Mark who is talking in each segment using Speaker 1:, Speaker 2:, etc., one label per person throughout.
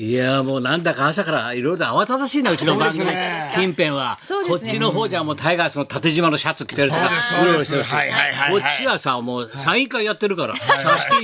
Speaker 1: いやもうなんだか朝からいろいろと慌ただしいなうちの番組近辺は、
Speaker 2: そうです
Speaker 1: こ
Speaker 2: ね
Speaker 1: っちの方じゃもうタイガースの縦縞のシャツ着てるとか
Speaker 3: そうですそうです
Speaker 1: うろうろしてるし
Speaker 3: はいはいはいはい
Speaker 1: こっちはさもうサイン会やってるから、写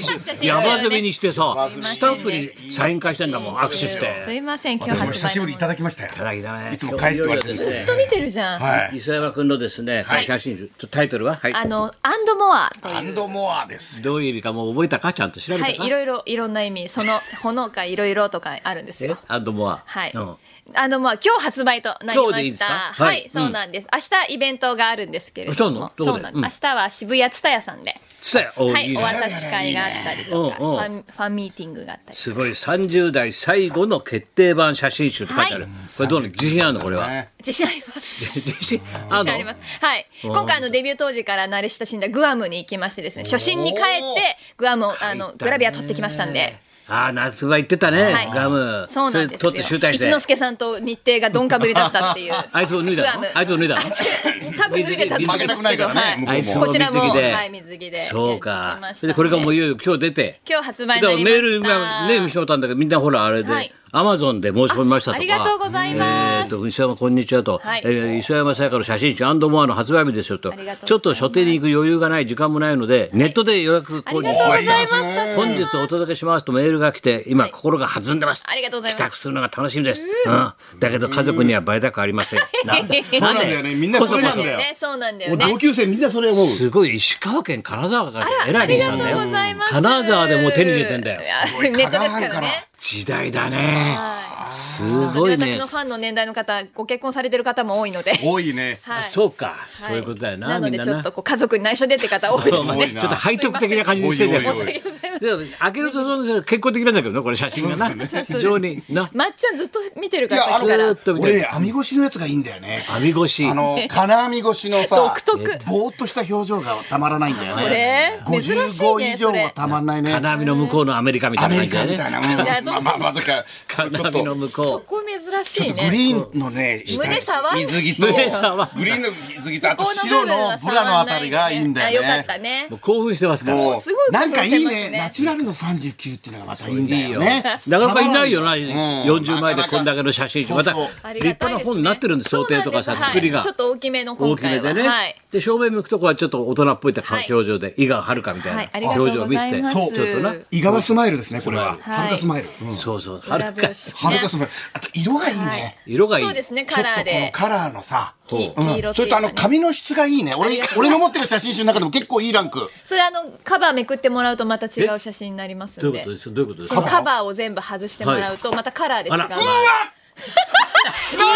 Speaker 1: 真集山積みにしてさスタッフにサイン会してんだもん握手して
Speaker 2: すいません今
Speaker 3: 私
Speaker 2: 日発売
Speaker 3: も久しぶりいただきましたよ。
Speaker 1: ただきだね
Speaker 3: いつも帰って言われてるんです
Speaker 2: ずっと見てるじゃん、
Speaker 3: はい。
Speaker 1: 磯山君のですね、
Speaker 3: はい
Speaker 1: 写真集ちょっとタイトルは、はい、
Speaker 2: あのアンドモアと
Speaker 3: ア
Speaker 2: い
Speaker 3: ン
Speaker 2: う
Speaker 3: ドモアです。
Speaker 1: どういう意味かもう覚えたかちゃんと調べた
Speaker 2: は
Speaker 1: か、
Speaker 2: いいろいろいろんな意味そのほのかいろいろとかあるんです
Speaker 1: え
Speaker 2: よ
Speaker 1: アンドモア、
Speaker 2: はい、
Speaker 1: うん
Speaker 2: あのまあ今日発売となり
Speaker 1: 今
Speaker 2: ま
Speaker 1: 日でいいん
Speaker 2: し
Speaker 1: ですか
Speaker 2: た
Speaker 1: は
Speaker 2: はいい、
Speaker 1: うん
Speaker 2: そうなんです明日イベントがあるんですけれど
Speaker 1: 明日な
Speaker 2: も
Speaker 1: のど
Speaker 2: そ
Speaker 1: こ
Speaker 2: う
Speaker 1: で
Speaker 2: なんです、
Speaker 1: うん
Speaker 2: 明日は渋谷蔦屋さんで
Speaker 1: つったよお
Speaker 2: はい
Speaker 1: いい
Speaker 2: お
Speaker 1: ね
Speaker 2: 渡し会があったりとか
Speaker 1: うんうん
Speaker 2: ファンファンミーティングがあったり
Speaker 1: すごい30代最後の決定版写真集って書いてある、
Speaker 2: は
Speaker 1: これどうなの自信あるのこれは、
Speaker 3: ね
Speaker 2: 自信あります
Speaker 1: 自信あん
Speaker 2: あ
Speaker 1: の
Speaker 2: ります。はい。今回あのデビュー当時から慣れ親しんだグアムに行きましてですね、初心に帰ってグアムをあのグラビア撮ってきましたんで。
Speaker 1: ああ夏場行ってたね、
Speaker 2: はい
Speaker 1: ガム
Speaker 2: そうなんですよ。
Speaker 1: れ取って集大
Speaker 2: 一之
Speaker 1: 成。
Speaker 2: 輔さんと日程がどんかぶりだったっていう
Speaker 1: あいつも脱いだの
Speaker 2: グアム
Speaker 1: あいつも脱いだの
Speaker 2: 多分脱いでたと思う
Speaker 3: 負
Speaker 2: んですけど、
Speaker 3: けたくないからね
Speaker 2: は
Speaker 3: 向こうも
Speaker 1: あ
Speaker 2: い
Speaker 1: いつも
Speaker 2: こちらも
Speaker 1: 水着で、
Speaker 2: はい水着で
Speaker 1: そう
Speaker 2: やって
Speaker 1: か
Speaker 2: きまし
Speaker 1: そ
Speaker 2: たんで
Speaker 1: れでこれがもういよいよ今日出て
Speaker 2: 今日発売に
Speaker 1: だ
Speaker 2: な
Speaker 1: から
Speaker 2: りました。
Speaker 1: メール今ね見せたんだけどみんなほらあれで、
Speaker 2: はい
Speaker 1: アマゾンで申し込みましたとか
Speaker 2: あありがとうございま
Speaker 1: えー
Speaker 2: す
Speaker 1: と磯山こんにちはと、
Speaker 2: はい
Speaker 1: えー磯山さやかの写真集アンドモアの発売日ですよと
Speaker 2: ありがとうございます
Speaker 1: ちょっと書店に行く余裕がない時間もないので、ネットで予約
Speaker 2: あ
Speaker 1: 購
Speaker 2: り
Speaker 1: 入
Speaker 2: がとうございます。
Speaker 1: 本日お届けしますとメールが来て今心が弾んでます、
Speaker 2: ありがとうございます
Speaker 1: 帰宅するのが楽しみです、うんだけど家族にはバレたくありません なんで
Speaker 2: そう
Speaker 3: なんだよねみんなそれなんだよ
Speaker 2: ね、そうなんだ
Speaker 3: も
Speaker 2: よ
Speaker 3: う
Speaker 2: ね
Speaker 3: 同。級生みんなそれ思う。
Speaker 1: すごい石川県金沢から偉い兄さんだよ
Speaker 2: ありがとうございます
Speaker 1: 金沢でもう手に入れてんだよ
Speaker 2: いやネットですからね。
Speaker 1: 時代だね
Speaker 2: はい
Speaker 1: すごい
Speaker 2: 私
Speaker 1: ね
Speaker 2: のファンの年代の方ご結婚されてる方も多いので、
Speaker 3: 多いね。
Speaker 2: は
Speaker 1: そうか、
Speaker 2: はい
Speaker 1: そういうことだよな
Speaker 2: な
Speaker 1: み
Speaker 2: の
Speaker 1: ん
Speaker 2: で
Speaker 1: な
Speaker 2: ちょ
Speaker 1: な
Speaker 2: っとこう家族に内緒でって方多い です
Speaker 1: そう
Speaker 2: ね
Speaker 1: ねちょっと背徳的な感じにしてる
Speaker 3: おいお
Speaker 1: よ
Speaker 3: いおい
Speaker 2: 申し訳ございません
Speaker 1: でも開けるとそうです結構的なんだけどなこれ写真がな、非常にな
Speaker 2: まっちゃんずっと見てるから
Speaker 3: いや
Speaker 2: さっきか
Speaker 1: ず
Speaker 2: ら
Speaker 1: ーっと見て
Speaker 3: 俺
Speaker 1: る
Speaker 3: ね、網越しのやつがいいんだよね。
Speaker 1: 網越し
Speaker 3: あの、金網越しのさ
Speaker 2: 独、特
Speaker 3: ぼーっとした表情がたまらないんだよ
Speaker 2: それ
Speaker 3: ね。
Speaker 2: 珍しい
Speaker 3: 55
Speaker 2: ね
Speaker 3: 以
Speaker 2: そ
Speaker 3: 上
Speaker 2: れ
Speaker 3: はたまらないね。
Speaker 1: 金網の向こうのアメリカみた
Speaker 3: ア
Speaker 1: いな
Speaker 3: メ
Speaker 1: 感
Speaker 3: リ
Speaker 1: じだ
Speaker 3: カ
Speaker 1: よ
Speaker 3: み
Speaker 1: ね
Speaker 3: たいな。
Speaker 2: いや
Speaker 3: うん
Speaker 2: そう
Speaker 3: まあまあまさか、ちょ
Speaker 1: 金
Speaker 3: っと、
Speaker 1: 網の
Speaker 3: グ
Speaker 1: 向
Speaker 2: そ
Speaker 1: こう
Speaker 2: こ珍しいね
Speaker 3: リーンのね、下
Speaker 2: 胸触る
Speaker 3: 水着と、グ
Speaker 1: 胸触る
Speaker 3: リーンの水着と、あと
Speaker 2: こ
Speaker 3: 白のブラのあたりがいいんだよ
Speaker 2: あよか
Speaker 3: ね
Speaker 2: っ。たね
Speaker 1: もう興奮してますから
Speaker 3: も
Speaker 2: すごいう
Speaker 3: なんかいいね
Speaker 2: ね
Speaker 3: ナチュラルの39っていうのがまたいいんだよ
Speaker 1: いいよ
Speaker 3: ね
Speaker 1: なかなかいないよな、
Speaker 3: うん
Speaker 1: 40前でこんだけの写真集、
Speaker 3: なか
Speaker 1: ま
Speaker 3: な
Speaker 1: た
Speaker 3: かそうそう
Speaker 2: あり
Speaker 1: 立
Speaker 2: がた
Speaker 1: 派
Speaker 2: い
Speaker 1: な
Speaker 2: ですね
Speaker 1: 本になってるんです、想定とかさ、
Speaker 2: そうなんです
Speaker 1: 作りが
Speaker 2: はいちょっと大きめの今
Speaker 1: 大きめ
Speaker 2: 回は
Speaker 1: でね、
Speaker 2: はい
Speaker 1: で正面向くとこはちょっと大人っぽいってか
Speaker 2: はい
Speaker 1: 表情で、井川遥みた
Speaker 2: はいい
Speaker 1: な
Speaker 2: ありがとう
Speaker 1: 表情を
Speaker 2: ご
Speaker 1: 見
Speaker 2: ざ
Speaker 1: せ
Speaker 2: い
Speaker 1: て、
Speaker 2: ます
Speaker 3: そう
Speaker 1: ちょっとな、
Speaker 3: 井川スマイルですねこれは
Speaker 2: マイル
Speaker 3: はるかスマイルうん
Speaker 1: そうそう、遥
Speaker 2: 裏
Speaker 1: か
Speaker 2: 拍、子
Speaker 3: はるかスマイルあと色がいいね
Speaker 1: 色がいい
Speaker 2: そう。ですね
Speaker 3: ちょ
Speaker 2: カ
Speaker 3: っ
Speaker 2: ラー
Speaker 3: とこの
Speaker 2: で
Speaker 3: カラーのさ
Speaker 1: ほう
Speaker 2: 黄
Speaker 3: う
Speaker 2: 色
Speaker 3: んそれとあの
Speaker 2: っていうかね
Speaker 3: 髪の質がいいね俺俺の持ってる写真集の中でも結構いいランク
Speaker 2: それあのカバーめくってもらうとまた違う写真になります
Speaker 1: ど
Speaker 2: ん
Speaker 1: ういうこと
Speaker 2: で
Speaker 1: ですどういうことです
Speaker 2: その
Speaker 1: か
Speaker 2: カバーを全部外してもらうとまたカラーで違う
Speaker 1: あらうわ
Speaker 3: 何こ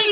Speaker 3: れ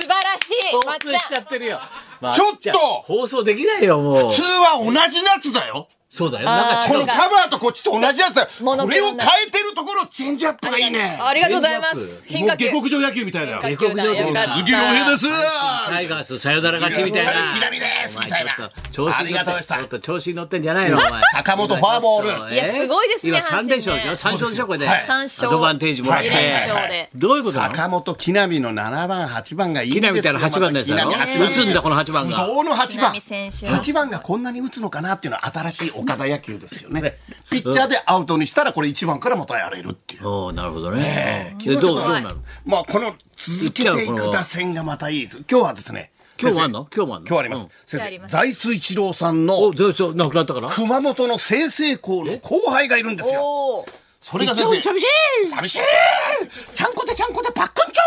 Speaker 2: 素晴らしい
Speaker 1: 興
Speaker 2: まっ
Speaker 1: 奮しち
Speaker 2: ちゃ
Speaker 1: ゃ
Speaker 2: ん
Speaker 1: ってるよ。
Speaker 3: ちょ
Speaker 1: ま
Speaker 3: っと
Speaker 1: っゃん放送できないよ、もう
Speaker 3: 普。通は同じやつだよ
Speaker 1: そうだよ、なんかち
Speaker 3: こ
Speaker 1: ょ
Speaker 3: の
Speaker 1: っ
Speaker 3: カバーとこっちと同じやつだよ
Speaker 2: モノ
Speaker 3: こ
Speaker 2: ク
Speaker 3: れを
Speaker 2: ロ
Speaker 3: 変
Speaker 2: になる
Speaker 3: えてるところチェンジアップがいいね
Speaker 2: ありがとうございま
Speaker 1: チェンジアッ
Speaker 2: す
Speaker 1: プ
Speaker 2: 変化球
Speaker 3: もう下克上野球みたいだよ
Speaker 2: 変
Speaker 3: す
Speaker 2: 化球だ
Speaker 1: 下克上と思った
Speaker 2: よかった
Speaker 3: げえおへです
Speaker 1: とタイガースさよなら勝ちみたいな。
Speaker 3: きらみですみたいな
Speaker 1: お前ちょっと調子
Speaker 3: あ
Speaker 1: に
Speaker 3: り
Speaker 1: 乗
Speaker 3: が
Speaker 1: っ
Speaker 3: とう
Speaker 1: て
Speaker 3: でし
Speaker 1: ち
Speaker 3: た
Speaker 1: ょっと調子に乗ってんじゃないのお前
Speaker 3: 坂本フォアボール
Speaker 1: そう
Speaker 2: いや
Speaker 1: えー
Speaker 2: すごいですね
Speaker 1: 今三連勝でしょ
Speaker 2: 阪
Speaker 1: 三勝でしょこれで
Speaker 3: はい
Speaker 2: 三勝
Speaker 1: アドバンテージもらって
Speaker 3: 二連
Speaker 2: 勝で
Speaker 1: どういうことなの
Speaker 3: 坂本木浪の7番8番がいいん
Speaker 1: 木
Speaker 3: ですよ
Speaker 1: 浪みたいな8番のやつだろ
Speaker 3: 木浪八番
Speaker 1: 打つんだこの8番
Speaker 3: 不
Speaker 1: が
Speaker 3: 動の8番
Speaker 2: 木浪選手
Speaker 3: 8番がこんなに打つのかなっていうのは新しい岡田野球ですよねピッチャーでアウトにしたらこれ1番からまたやれるっていう
Speaker 1: おおなるほどね
Speaker 3: 昨
Speaker 1: でどう
Speaker 3: 日ち
Speaker 1: ど
Speaker 3: ょ
Speaker 1: う
Speaker 3: っと
Speaker 1: なの
Speaker 3: まあこの続けていく打線がまたいいです今日はですね
Speaker 1: 今日もあ
Speaker 3: は
Speaker 1: んの今日もあんの
Speaker 3: 今日ありま
Speaker 1: う
Speaker 3: す
Speaker 1: ん
Speaker 3: 先
Speaker 2: 今日あり
Speaker 3: 生
Speaker 2: ます
Speaker 3: 財津一郎さ
Speaker 1: お
Speaker 3: んの
Speaker 1: どうしようなくなったから
Speaker 3: 熊本の済々校の後輩がいるんですよ
Speaker 2: おー
Speaker 3: それが先
Speaker 1: 今
Speaker 3: 生
Speaker 1: 日寂しい
Speaker 3: 寂しいちゃんこでちゃんこでパックンチ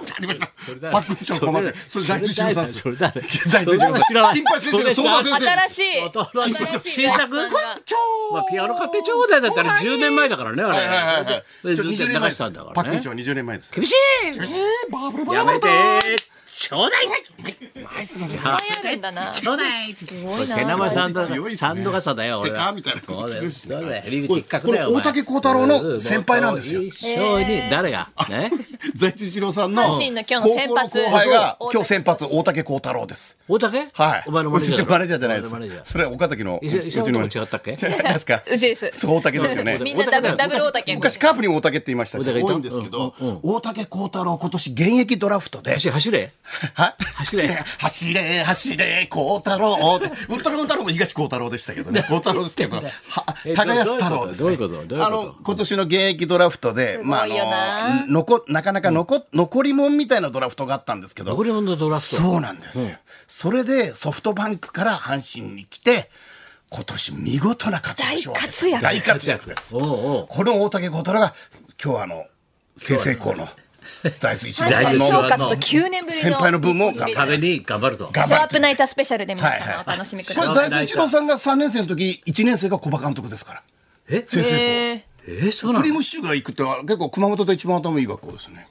Speaker 3: ョーってありました。パックンチョーごめんなさい。それ大津一郎さんです。
Speaker 1: それ誰
Speaker 3: 大津一郎さん。
Speaker 1: 知らない
Speaker 3: 金八先生の相馬先生です。
Speaker 2: 新しい
Speaker 1: 新しい新
Speaker 2: 新作
Speaker 1: 作
Speaker 3: パックンチョー
Speaker 1: まあピアノ買ってちょうだいだったら10年前だからねあれ
Speaker 3: はいはいはいはい。
Speaker 1: それで
Speaker 3: ちょ
Speaker 1: ずっと
Speaker 3: 20
Speaker 1: 流
Speaker 3: 年前
Speaker 1: したんだ
Speaker 3: です
Speaker 1: か
Speaker 3: パ
Speaker 1: ら
Speaker 3: ック
Speaker 1: ね
Speaker 3: ンチョー20年前です。
Speaker 1: 厳しい
Speaker 3: 厳しいバーブルバ
Speaker 1: や
Speaker 3: ーブ
Speaker 1: め
Speaker 3: ル
Speaker 1: て
Speaker 3: バーブル
Speaker 1: ちょうだい
Speaker 3: はいすいません
Speaker 2: いっぱいあるんだな。
Speaker 1: ちょうだい
Speaker 2: ごいな
Speaker 1: 手生サンド
Speaker 3: 強いですね
Speaker 1: サンド傘だよ俺は
Speaker 3: 手かみたいな
Speaker 1: そうだよそうだよ
Speaker 3: これ
Speaker 1: これ
Speaker 3: これ大竹耕太郎の先輩なんですよ
Speaker 1: 一緒に誰がね
Speaker 3: 財津一郎さんの
Speaker 2: 阪神の今日の先発
Speaker 3: 高校の後輩が
Speaker 2: そう
Speaker 3: 今日先発大竹幸太郎です。
Speaker 1: 大竹
Speaker 3: はい。
Speaker 1: お前のマネージャー
Speaker 3: うちのマネージャーじゃないで
Speaker 1: お前のマネージャ
Speaker 3: す。
Speaker 1: ー
Speaker 3: それは岡崎の
Speaker 1: 石石原とも違ったっけ
Speaker 3: 違いますか。
Speaker 2: うちです
Speaker 3: そう大竹ですよね。
Speaker 2: みんなダブルダブル大竹。
Speaker 3: 昔カープにも大竹って言いました
Speaker 1: 大
Speaker 3: し
Speaker 1: 竹いた
Speaker 3: 多いんですけど、
Speaker 1: うんうんうん
Speaker 3: 大竹幸太郎今年現役ドラフトで
Speaker 1: 走れ走れ
Speaker 3: は
Speaker 1: 走れ
Speaker 3: 走れ、走れ、孝太郎って。ウルトラマン太郎も東孝太郎でした けどね。孝太郎ですけど、は
Speaker 1: え
Speaker 3: 高安太郎です、ね。
Speaker 1: どういうことどういうことどういうこと
Speaker 3: あの、今年の現役ドラフトで、まあ、あ
Speaker 2: すごいよな
Speaker 3: の、残、なかなか残、残りもんみたいなドラフトがあったんですけど。
Speaker 1: 残り物のドラフト
Speaker 3: そうなんですよ、それでソフトバンクから阪神に来て今年見事な活躍を
Speaker 2: 大活躍
Speaker 3: 大活躍です
Speaker 1: おうおう
Speaker 3: この大竹小太郎が今日はあの先生校の財津一郎さんの
Speaker 1: 財津一郎
Speaker 2: 総括と9年ぶりの
Speaker 3: 先輩の分も
Speaker 2: ショ
Speaker 1: ために頑張ると
Speaker 3: 頑
Speaker 2: ー
Speaker 3: 張
Speaker 2: アッ
Speaker 3: っ
Speaker 2: プ
Speaker 3: て
Speaker 2: ナイタースペシャルで皆
Speaker 3: はい
Speaker 2: さん
Speaker 3: は
Speaker 2: お
Speaker 3: い
Speaker 2: 楽しみく
Speaker 3: こ
Speaker 2: だ
Speaker 3: れ
Speaker 2: さい。
Speaker 3: 財津一郎さんが3年生の時1年生が小馬監督ですから
Speaker 1: え
Speaker 3: 先生
Speaker 1: えーそう
Speaker 3: 校
Speaker 1: な
Speaker 3: クリー
Speaker 1: の
Speaker 3: ムシチューが行くっては結構熊本で一番頭いい学校ですね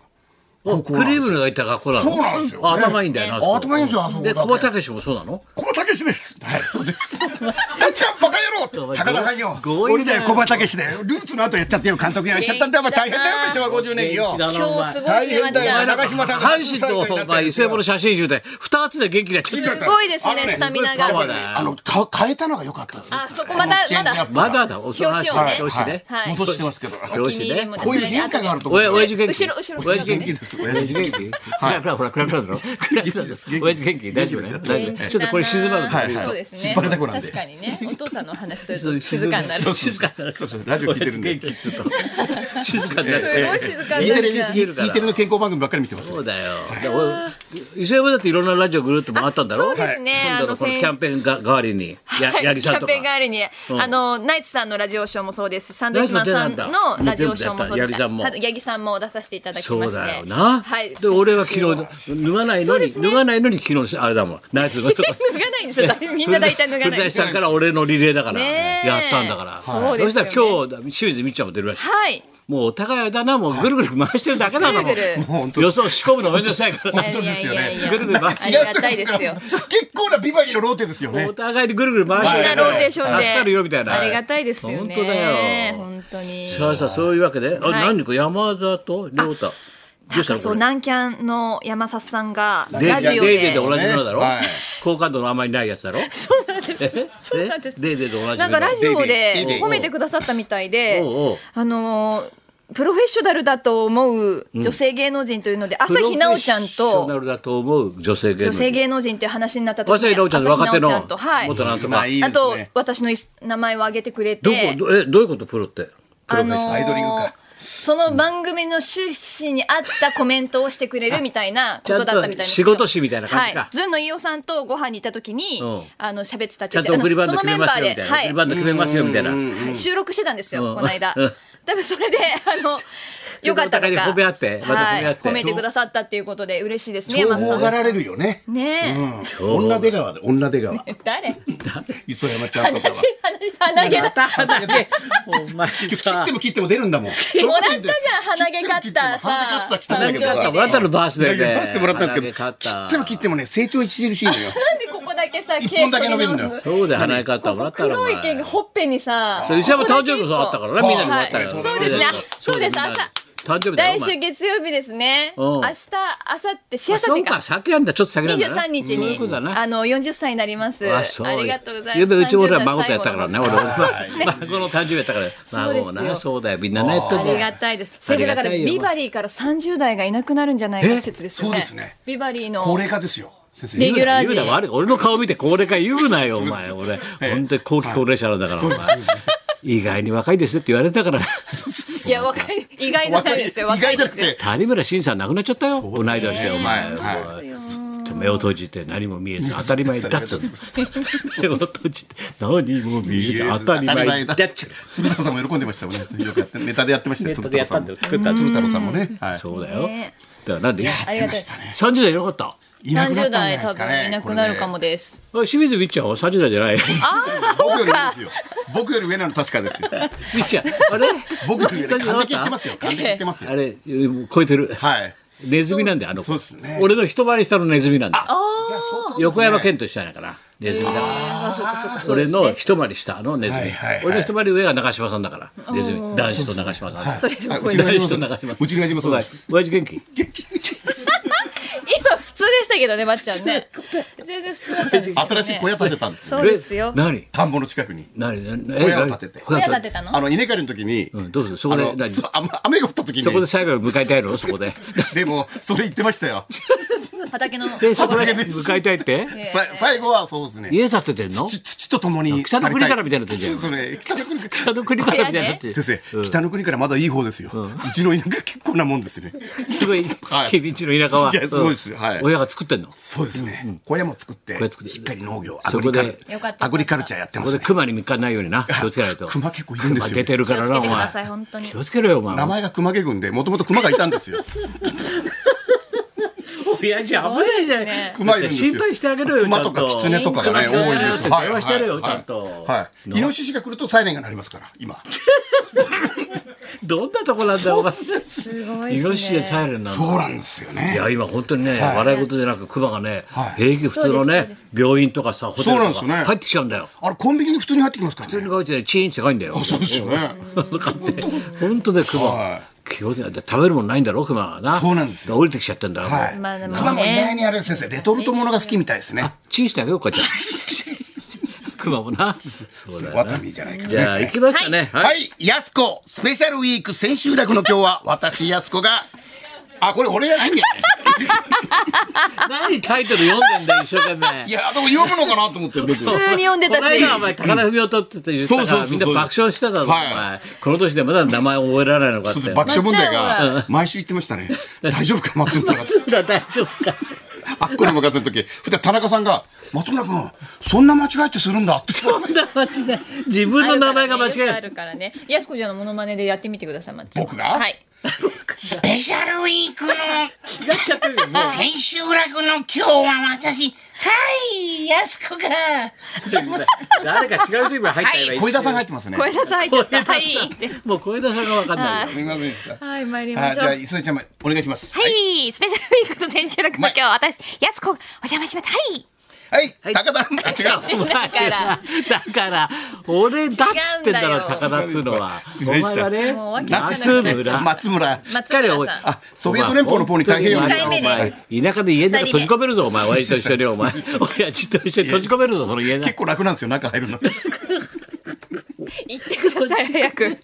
Speaker 1: おクリームのがいた学校なの
Speaker 3: そうなんですよね
Speaker 1: あ頭いいんだよな
Speaker 3: あ頭いいんですよあそこ
Speaker 1: で
Speaker 3: だ
Speaker 1: 小
Speaker 3: け
Speaker 1: 馬武史もそうなの
Speaker 3: 小馬武史です。はい、そうです。たっちゃん、バカ野郎高田さんよ。
Speaker 1: 強引
Speaker 3: 俺
Speaker 1: だ
Speaker 3: だ
Speaker 1: よ
Speaker 3: よ、小馬武史だよ。ルーツの後やっちゃってよ、監督やっちゃったんだよ。お前大変だよ、昭和50年よ。
Speaker 1: 元気だなお
Speaker 2: 今日
Speaker 1: 前
Speaker 2: すご
Speaker 3: 大
Speaker 2: いね、ま
Speaker 3: 変
Speaker 2: っち
Speaker 3: だ
Speaker 2: ゃ
Speaker 3: よ、
Speaker 2: ん。
Speaker 3: 長嶋さんが
Speaker 1: 阪神と、まあ、伊勢物写真集で二つで元気になっちゃ
Speaker 2: す
Speaker 1: った
Speaker 2: ごいです
Speaker 3: あの
Speaker 2: ね、
Speaker 3: ね
Speaker 2: スタミナ
Speaker 1: すごいパワー
Speaker 2: が。
Speaker 1: だよ
Speaker 3: あの、か変えたのが良かったですね。
Speaker 2: あそこま
Speaker 3: あ
Speaker 2: だ
Speaker 3: のチェンジアップが
Speaker 1: まだだ、おそらしい。
Speaker 2: 表紙をね
Speaker 1: 表紙ね。
Speaker 2: はい
Speaker 3: 戻してますけど。
Speaker 1: 表
Speaker 2: お気
Speaker 1: 紙
Speaker 2: に入り
Speaker 1: ね
Speaker 2: も。
Speaker 3: こういう変化があると思う
Speaker 1: おや、親父元気。
Speaker 2: 後ろ後ろ
Speaker 1: 親父元気
Speaker 3: 元気です。
Speaker 1: 親父元気
Speaker 3: はい
Speaker 1: ほらほら、ほら、ほら、ほら、ほら、ほら、親父元気、大丈夫ね。
Speaker 3: 元気です
Speaker 1: 大丈夫。ちょっとこれ静まるから。
Speaker 3: はいはい
Speaker 2: そうですね。
Speaker 3: 引っ張りたくなんで
Speaker 2: 確かにね、お父さんのお話する
Speaker 1: ちょっ
Speaker 2: と
Speaker 1: と
Speaker 2: 静かになる。すごい
Speaker 1: 静かになる。そうそう
Speaker 3: ラジオ聞いてるんで
Speaker 1: 元気っつうと。静かになる。
Speaker 2: 静かに
Speaker 3: E
Speaker 2: な
Speaker 3: テレビ、
Speaker 2: る。
Speaker 3: E テレの健康番組ばっかり見てます
Speaker 1: そ
Speaker 3: よ。
Speaker 1: うだよ。でお伊勢山だっていろんなラジオぐるっと回ったんだろ
Speaker 2: そうですね
Speaker 1: 今度のこの
Speaker 2: あの
Speaker 1: キャンペーンが代わりに、や
Speaker 2: はい
Speaker 1: 八木さんとか
Speaker 2: キャンペーン。代わりに、
Speaker 1: ん
Speaker 2: あのナイツさんのラジオショーもそうですしサンドウィッチマンさんのラジオショーもそうです
Speaker 1: もう全部やった八木さんも
Speaker 2: あと八木さんも出させていただき
Speaker 1: そ
Speaker 2: ま
Speaker 1: う
Speaker 2: して
Speaker 1: だよな。
Speaker 2: はい
Speaker 1: で、俺は昨日、脱がないのに、
Speaker 2: そうですね
Speaker 1: 脱がないのに昨日、あれだもん。ナイツのとこに。
Speaker 2: 脱がないんですよみんな大体脱がな
Speaker 1: 古田
Speaker 2: い
Speaker 1: さんから俺のリレーだから、
Speaker 2: ねえ
Speaker 1: やったんだから。
Speaker 2: そうです
Speaker 1: そし
Speaker 2: よね
Speaker 1: たら今日、清水みっちゃんも出るらしい。
Speaker 2: はい
Speaker 1: もうお互いだな、もうぐるぐる回してるだけなの
Speaker 2: ぐるぐる
Speaker 3: もう本当
Speaker 1: 予想仕込むのめんどくさいから。
Speaker 3: 本当ですよね
Speaker 2: いやいやいやいや
Speaker 1: ぐるぐる回っ
Speaker 2: あ
Speaker 1: て
Speaker 2: りがたいですよ
Speaker 3: 結構なビバリーのローテですよね
Speaker 1: お。互いにぐるぐる回して
Speaker 2: みん
Speaker 1: る
Speaker 2: なローテーションで
Speaker 1: 助かるよみたいな。
Speaker 2: ありがたいですよね
Speaker 1: 本当だよ。
Speaker 2: 本当に
Speaker 1: さあさあ、そういうわけで、あ、
Speaker 2: はい
Speaker 1: 何か山田と亮太。どうしたの
Speaker 2: そ
Speaker 1: こ
Speaker 2: う
Speaker 1: れ
Speaker 2: 南キャンの山里さんが
Speaker 1: デ
Speaker 2: ラ
Speaker 1: ーデ
Speaker 2: ジ
Speaker 1: ー
Speaker 2: オ
Speaker 1: デーで
Speaker 2: で
Speaker 1: 同じのだろ
Speaker 3: はい
Speaker 1: 好感度のあんまりないやつだろ
Speaker 2: そうなんですそうなんです
Speaker 1: えデーデーと同じ
Speaker 2: なんかラジオ
Speaker 3: デーデ
Speaker 2: で
Speaker 3: ー
Speaker 2: 褒めてくださったみたいで
Speaker 1: おうおう、
Speaker 2: あのープロフェッショナルだと思う女性芸能人というので、朝日奈央ちゃん
Speaker 1: プロフェッショナ
Speaker 2: と
Speaker 1: ルだと思う女性芸能
Speaker 2: 女性
Speaker 1: 人。
Speaker 2: 芸能人っていう話になった時
Speaker 1: 早稲
Speaker 2: に、
Speaker 1: 田奈央ちゃんの若手の
Speaker 2: 朝日奈央ちゃんとはい。
Speaker 1: 元なんと
Speaker 3: ま
Speaker 1: か
Speaker 3: あ。いいです
Speaker 2: あ
Speaker 3: ね
Speaker 2: と私のい名前を挙げてくれ
Speaker 1: ど
Speaker 2: て、
Speaker 1: こ、どえ、どういうことプロって。プロ
Speaker 2: あ
Speaker 1: フェッショナル
Speaker 2: のー
Speaker 3: アイドリングか
Speaker 2: その番組の趣旨に合ったコメントをしてくれるみたいなことだったみたいなんですけど
Speaker 1: ちゃんと仕事誌みたいな感じか
Speaker 2: はい、ずんの飯尾さんとご飯に行った時に、
Speaker 1: うん
Speaker 2: あの喋ってたっ
Speaker 1: ちゃ
Speaker 2: て言
Speaker 1: ん
Speaker 2: っ
Speaker 1: と送
Speaker 2: て
Speaker 1: りバン
Speaker 2: あ
Speaker 1: ド
Speaker 2: の
Speaker 1: 決
Speaker 2: その
Speaker 1: め
Speaker 2: メンバ
Speaker 1: ますよみたいな。送
Speaker 2: ーで、はい
Speaker 1: りバンド決めますよみたいな。
Speaker 2: はい収録してたんですよ、
Speaker 1: うん
Speaker 2: この間
Speaker 1: うん。
Speaker 2: 多分それで、あの、よかったの
Speaker 1: お互いに
Speaker 2: か。
Speaker 1: 褒め合ってまた褒め合って
Speaker 2: はい、褒めてくださったっていうことで嬉しいですね、
Speaker 3: 情
Speaker 2: 山田
Speaker 3: 報
Speaker 2: さ
Speaker 3: がられるよね。
Speaker 2: ん。ね
Speaker 3: 女出川で、女出川。
Speaker 2: え。 誰
Speaker 3: 磯山ちゃんとかは
Speaker 2: 話。、話、鼻毛だ。
Speaker 1: また鼻毛。お前
Speaker 3: 切
Speaker 1: さ
Speaker 3: って。も切っても出るん だもん。も
Speaker 2: もらったじゃん鼻毛カッターさ
Speaker 3: 鼻毛カッター来たんだけど
Speaker 1: なん
Speaker 3: さ。
Speaker 1: かもらったのバース
Speaker 3: い
Speaker 1: デ
Speaker 3: や
Speaker 1: ー
Speaker 3: いや
Speaker 1: で。
Speaker 3: 出してもらったんですけど、
Speaker 1: 鼻毛カ
Speaker 3: 切
Speaker 1: ッ
Speaker 3: っ
Speaker 1: タ
Speaker 3: て
Speaker 1: ー
Speaker 3: も切ってもね、成長著しいの よ。
Speaker 2: なんでここだけさ、
Speaker 3: 一本だけ伸びるんだよ
Speaker 2: 毛剃り
Speaker 1: そうで鼻毛カッターもら
Speaker 2: 直す
Speaker 1: ったの。
Speaker 2: 黒い毛がほっぺにさ、
Speaker 1: そう石山誕生日もそうあったからね
Speaker 3: はい
Speaker 1: みんなにもらったよ
Speaker 3: はい
Speaker 2: そうですねそうです
Speaker 1: みんなに
Speaker 2: 朝
Speaker 1: 誕生日だよ
Speaker 2: 来
Speaker 1: お
Speaker 2: 週
Speaker 1: 前
Speaker 2: 月曜日ですね。
Speaker 1: うん
Speaker 2: 明日、明後日、しあさ
Speaker 1: そ
Speaker 2: って
Speaker 1: う
Speaker 2: か
Speaker 1: か。先なんだちょっと先なん
Speaker 2: 二
Speaker 1: だ
Speaker 2: 十
Speaker 1: な
Speaker 2: 三日
Speaker 1: そうい
Speaker 2: に
Speaker 1: うことだな
Speaker 2: あの四十歳になります。あ
Speaker 1: あそう
Speaker 2: りがとうございます。
Speaker 1: ゆうべうちも俺は
Speaker 2: 30
Speaker 1: 孫とやったからね
Speaker 2: 最後
Speaker 1: 俺
Speaker 2: のそう
Speaker 1: は
Speaker 2: です ね。
Speaker 1: 孫の誕生日やったから
Speaker 2: そうです
Speaker 1: 孫
Speaker 2: よ
Speaker 1: もなそうだよみんなねやって
Speaker 2: あ
Speaker 1: んだよ
Speaker 2: りがたいです。先生だから
Speaker 1: ありがたいよ
Speaker 2: ビバリーから三十代がいなくなるんじゃないか説ですよね。
Speaker 3: えそうですね
Speaker 2: ビバリーの
Speaker 3: 高齢化ですよ。先生。
Speaker 2: レギュラー
Speaker 1: 言うな
Speaker 2: 陣。
Speaker 1: 悪い俺の顔見て高齢化言うなよお前俺本当に後期高齢者なんだからお前意外に若いですねって言われたから
Speaker 2: いや若い意外じゃないですよ。
Speaker 3: 意
Speaker 2: 若い
Speaker 3: 外じ
Speaker 2: で
Speaker 3: ゃなく
Speaker 2: すよ。
Speaker 3: て。
Speaker 1: 谷村新司さん亡くなっちゃったよ同い年でお前
Speaker 3: ね
Speaker 1: はい
Speaker 2: そうですよ
Speaker 1: 目を閉じて何も見えず当たり前だっつうの目を閉じて何も見えず当たり前だっつうの
Speaker 3: 鶴太郎さんも喜んでましたもんね。よくやって、ネタでやってました よ。
Speaker 1: ネタ
Speaker 3: 鶴
Speaker 1: で
Speaker 3: 太
Speaker 1: やったん
Speaker 3: 郎さ
Speaker 1: だよ作っ
Speaker 3: んも。
Speaker 1: たんだよ
Speaker 3: 鶴太郎さんもね。はい。
Speaker 1: そうだよ
Speaker 2: ね
Speaker 1: だからなんで
Speaker 2: ありがたいです。
Speaker 1: 30代いなかった
Speaker 3: いなく
Speaker 2: 三
Speaker 3: なった
Speaker 2: 十
Speaker 3: んじゃないで
Speaker 2: 代
Speaker 3: す
Speaker 2: 多
Speaker 3: か
Speaker 2: 分
Speaker 3: ね。
Speaker 2: いなくなるかも
Speaker 3: こ
Speaker 2: です。
Speaker 1: あ清水みっちゃんは30代じゃないみ
Speaker 2: ああ
Speaker 3: れね。僕
Speaker 2: そう
Speaker 3: より上
Speaker 2: か
Speaker 3: です。よ。僕より上なの確かですよ。
Speaker 1: っちゃんあれ
Speaker 3: 僕より上で、還
Speaker 1: 30
Speaker 3: 暦いってますよ。還暦いってま す
Speaker 1: あ
Speaker 3: よ。
Speaker 1: れもう超えてる
Speaker 3: はい。
Speaker 1: ネズミなんだよあの子
Speaker 3: そうですね
Speaker 1: 俺の一回り下のネズミなんだよ
Speaker 3: じゃあ相当ですね
Speaker 1: 横山健と一緒やないかなネズミだからそれの一回り下のネズミ
Speaker 3: はいはいはい
Speaker 1: 俺の一回り上が長嶋さんだからネズミ男子と長嶋さん
Speaker 2: それでも
Speaker 3: はいう
Speaker 2: これ
Speaker 3: ち
Speaker 2: 今
Speaker 3: の
Speaker 1: 流しと
Speaker 3: 親父
Speaker 2: 普
Speaker 1: 流し
Speaker 3: も
Speaker 1: ます
Speaker 3: うちの親父もそうです。
Speaker 1: 親父元気
Speaker 2: 通でしたけどねまっちゃんね。全然普通だったんですけどね。
Speaker 3: 新しい小屋建てたんですよ。
Speaker 2: そうですよ。
Speaker 1: 何
Speaker 3: 田んぼの近くに。
Speaker 1: 何何
Speaker 3: 小屋を建てて
Speaker 2: 部
Speaker 1: 小
Speaker 2: 屋
Speaker 1: 屋を建
Speaker 2: 建
Speaker 1: て
Speaker 2: てたの？
Speaker 3: あの稲刈りの時に、
Speaker 1: うんどうするそこ
Speaker 3: あ
Speaker 1: で
Speaker 3: の
Speaker 1: 何
Speaker 3: そう雨雨が降った時に
Speaker 1: そこで最後を迎えたいのそこで
Speaker 3: でもそれ言ってましたよ
Speaker 2: 畑の
Speaker 1: で、そこら辺向かいたいって
Speaker 3: さ最後はそうですね
Speaker 1: 家建ててんの
Speaker 3: 土土とともに
Speaker 1: 草の国からみたいになってんじゃん
Speaker 3: それ北の国から
Speaker 1: 北の国からみたいになって。
Speaker 3: 先生、北の国からまだいい方ですよ、うちの田舎結構なもんですね
Speaker 1: すごい、
Speaker 3: はい
Speaker 1: ケビンチの田舎は。
Speaker 3: いやすごいですよはい
Speaker 1: うん親が作ってんの。こ
Speaker 3: そうですね、小屋も作って
Speaker 1: 屋作って
Speaker 3: しっかり農業ア
Speaker 1: そ
Speaker 3: グリ
Speaker 1: こ
Speaker 3: カ
Speaker 1: で
Speaker 3: ル
Speaker 2: よかった
Speaker 3: アグリカルチャーやってま
Speaker 1: こ
Speaker 3: す
Speaker 1: で
Speaker 3: ね
Speaker 1: 熊に見つかんないようにな。気をつけないと。
Speaker 3: 熊結構いるんです
Speaker 1: 出
Speaker 3: よ
Speaker 1: てるから
Speaker 2: 気
Speaker 1: な、
Speaker 2: をつ
Speaker 1: お
Speaker 2: けてく
Speaker 1: 前
Speaker 2: ださい本当に
Speaker 1: 気をつけろよ、お前
Speaker 3: 名。前が熊毛軍でもともと熊がいたんですよ
Speaker 1: 親父危ないじゃん。
Speaker 3: 熊いるんですよ
Speaker 1: 心配してあげろよ。
Speaker 3: 熊とか
Speaker 1: ちゃん
Speaker 3: 狐とかがね
Speaker 1: 熊
Speaker 3: 多いん
Speaker 1: 気を
Speaker 3: で
Speaker 1: つ
Speaker 3: す
Speaker 1: け
Speaker 3: よ
Speaker 1: ろよ電話してやれよ、ちゃんと。
Speaker 3: はいイノシシが来るとサイレンが鳴りますから 今
Speaker 1: どんなとこなんだよ、お前。
Speaker 2: すごい
Speaker 1: イ
Speaker 2: ですね
Speaker 1: ノシシでサイレンなんだ。
Speaker 3: そうなんですよ
Speaker 1: い
Speaker 3: ね
Speaker 1: や今本当にね、笑い事でなくクマがね、
Speaker 3: はい
Speaker 1: 平気普通の
Speaker 2: そうです
Speaker 1: ね病院とかさホテル
Speaker 3: そうなん
Speaker 1: とか
Speaker 3: ですよね
Speaker 1: 入ってきちゃうんだよ。
Speaker 3: あれコンビニに普通に入ってきますから
Speaker 1: 普通
Speaker 3: ね
Speaker 1: に書いてチーンって書いんだよ。
Speaker 3: そうですよね
Speaker 1: 本当でクマ
Speaker 3: は。
Speaker 1: 気をつけて食べるもんないんだろクマはな。
Speaker 3: そうなんですよ
Speaker 1: 降りてきちゃってんだよ。
Speaker 3: はい
Speaker 2: まあでもね
Speaker 3: 熊も意外にあれ先生レトルトものが好きみたいです ね
Speaker 1: チーンしてあげようかじゃ あ。クマもな。そうだよ
Speaker 3: ワ
Speaker 1: な
Speaker 3: タ。ミじゃないか
Speaker 1: じゃあ
Speaker 3: らね
Speaker 1: 行きますかね。。
Speaker 3: はいい、やすこスペシャルウィーク千秋楽の今日は私やすこ があこれ俺じゃないんだよね
Speaker 1: 何タイトル読んでんだよ一生懸命
Speaker 3: い。やでも読むのかなと思って僕
Speaker 2: 普通に読んでたし
Speaker 1: この間お前高田文夫とって言ったか
Speaker 3: そうそう
Speaker 1: ら
Speaker 3: そ
Speaker 1: み
Speaker 3: う
Speaker 1: んな爆笑してたぞお
Speaker 3: はい
Speaker 1: 前。この年でまだ名前覚えられないのかって。
Speaker 3: 爆笑問題
Speaker 2: な
Speaker 3: が毎週言ってましたね大丈夫か松村 が
Speaker 1: だ大丈夫か。
Speaker 3: あっこに向かってる時ふた田中さんが「松村君そんな間違えってするんだ」って
Speaker 1: そんな間違い。自分の名前が間違え
Speaker 2: あ
Speaker 1: る。
Speaker 2: るからねやすこちゃんのモノマネでやってみてくださいマッチ
Speaker 3: 僕が
Speaker 2: はい
Speaker 4: スペシャルウィークの
Speaker 1: 違っちゃってるよ。もう
Speaker 4: 千秋楽の今日は私、はい、やすこが、
Speaker 1: 誰か違う人今入ったらいい。
Speaker 3: 小枝さんが入ってますね
Speaker 2: 小枝さん入っちゃったはいって
Speaker 1: もう小枝さんが分かんないよ。
Speaker 3: すみませんでした
Speaker 2: はい参りま
Speaker 3: はい
Speaker 2: し
Speaker 3: じ
Speaker 2: ょ
Speaker 3: ゃあ
Speaker 2: う
Speaker 3: 磯江ちゃんもお願いします
Speaker 4: はい、スペシャルウィークの千秋楽の今日は私、やすこがお邪魔します。はい。
Speaker 3: はい
Speaker 1: はい
Speaker 3: 高田あ違う
Speaker 1: お前だから、だから、俺だっつってんだ
Speaker 2: 違うんだ
Speaker 1: ろ、
Speaker 2: よ
Speaker 1: 高田っつうのは。お前はね、
Speaker 2: もう訳わかんな
Speaker 1: 松
Speaker 2: くなっ
Speaker 1: 村。
Speaker 3: 松村
Speaker 1: しっかり覚え
Speaker 2: 松村さん
Speaker 3: あソビエト連邦の方に太平洋に
Speaker 2: 一回目で
Speaker 3: はい
Speaker 1: 田舎で家の中閉じ込めるぞ、お前。親父と一緒に、お前。親父と一緒に閉じ込めるぞ、その家の中
Speaker 3: 結。構楽なんですよ中入る の
Speaker 2: 言ってください早く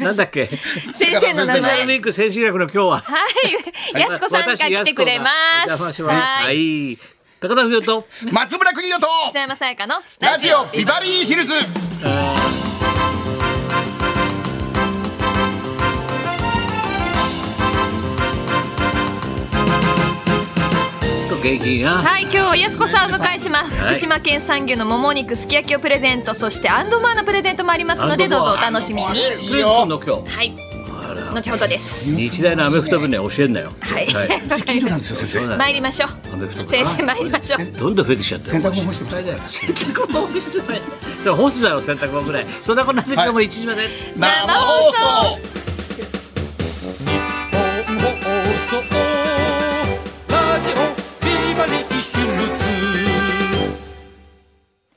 Speaker 1: なんだっけ。
Speaker 2: 先生の
Speaker 1: スペ
Speaker 2: 名
Speaker 1: シャル
Speaker 2: 前
Speaker 1: ウィーク千秋楽の今日は。
Speaker 2: はい、やすこさんが来てくれま
Speaker 1: 私
Speaker 2: す。
Speaker 1: やすこがお邪魔します。
Speaker 2: は、
Speaker 1: はいい。高田文夫と。
Speaker 3: 松村邦夫と
Speaker 2: 磯山さやかの
Speaker 3: ラジオビバリーヒルズ
Speaker 1: と元気な。
Speaker 2: はい、今日はやすこさんをお迎えします。
Speaker 1: はい
Speaker 2: 福島県産牛のもも肉すき焼きをプレゼント、そしてアンドマーのプレゼントもありますので、
Speaker 1: アンド
Speaker 2: どう
Speaker 1: モア
Speaker 2: ぞお楽しみに。はい
Speaker 1: いよ。の今日。
Speaker 2: い、後ほどです。
Speaker 1: 日大のアメフト部ね教えんなよ。
Speaker 2: はい、
Speaker 3: 近所なんですよ先生
Speaker 2: 参りましょう。
Speaker 1: アメフト部
Speaker 2: 先。生参りましょう。
Speaker 1: どんどん増えてきちゃったよ。
Speaker 3: 洗濯物干して ました
Speaker 1: 洗濯物干してない。それ干すだろ洗濯物ぐらい。そんなこんなで今日も一時まで。
Speaker 2: 生放送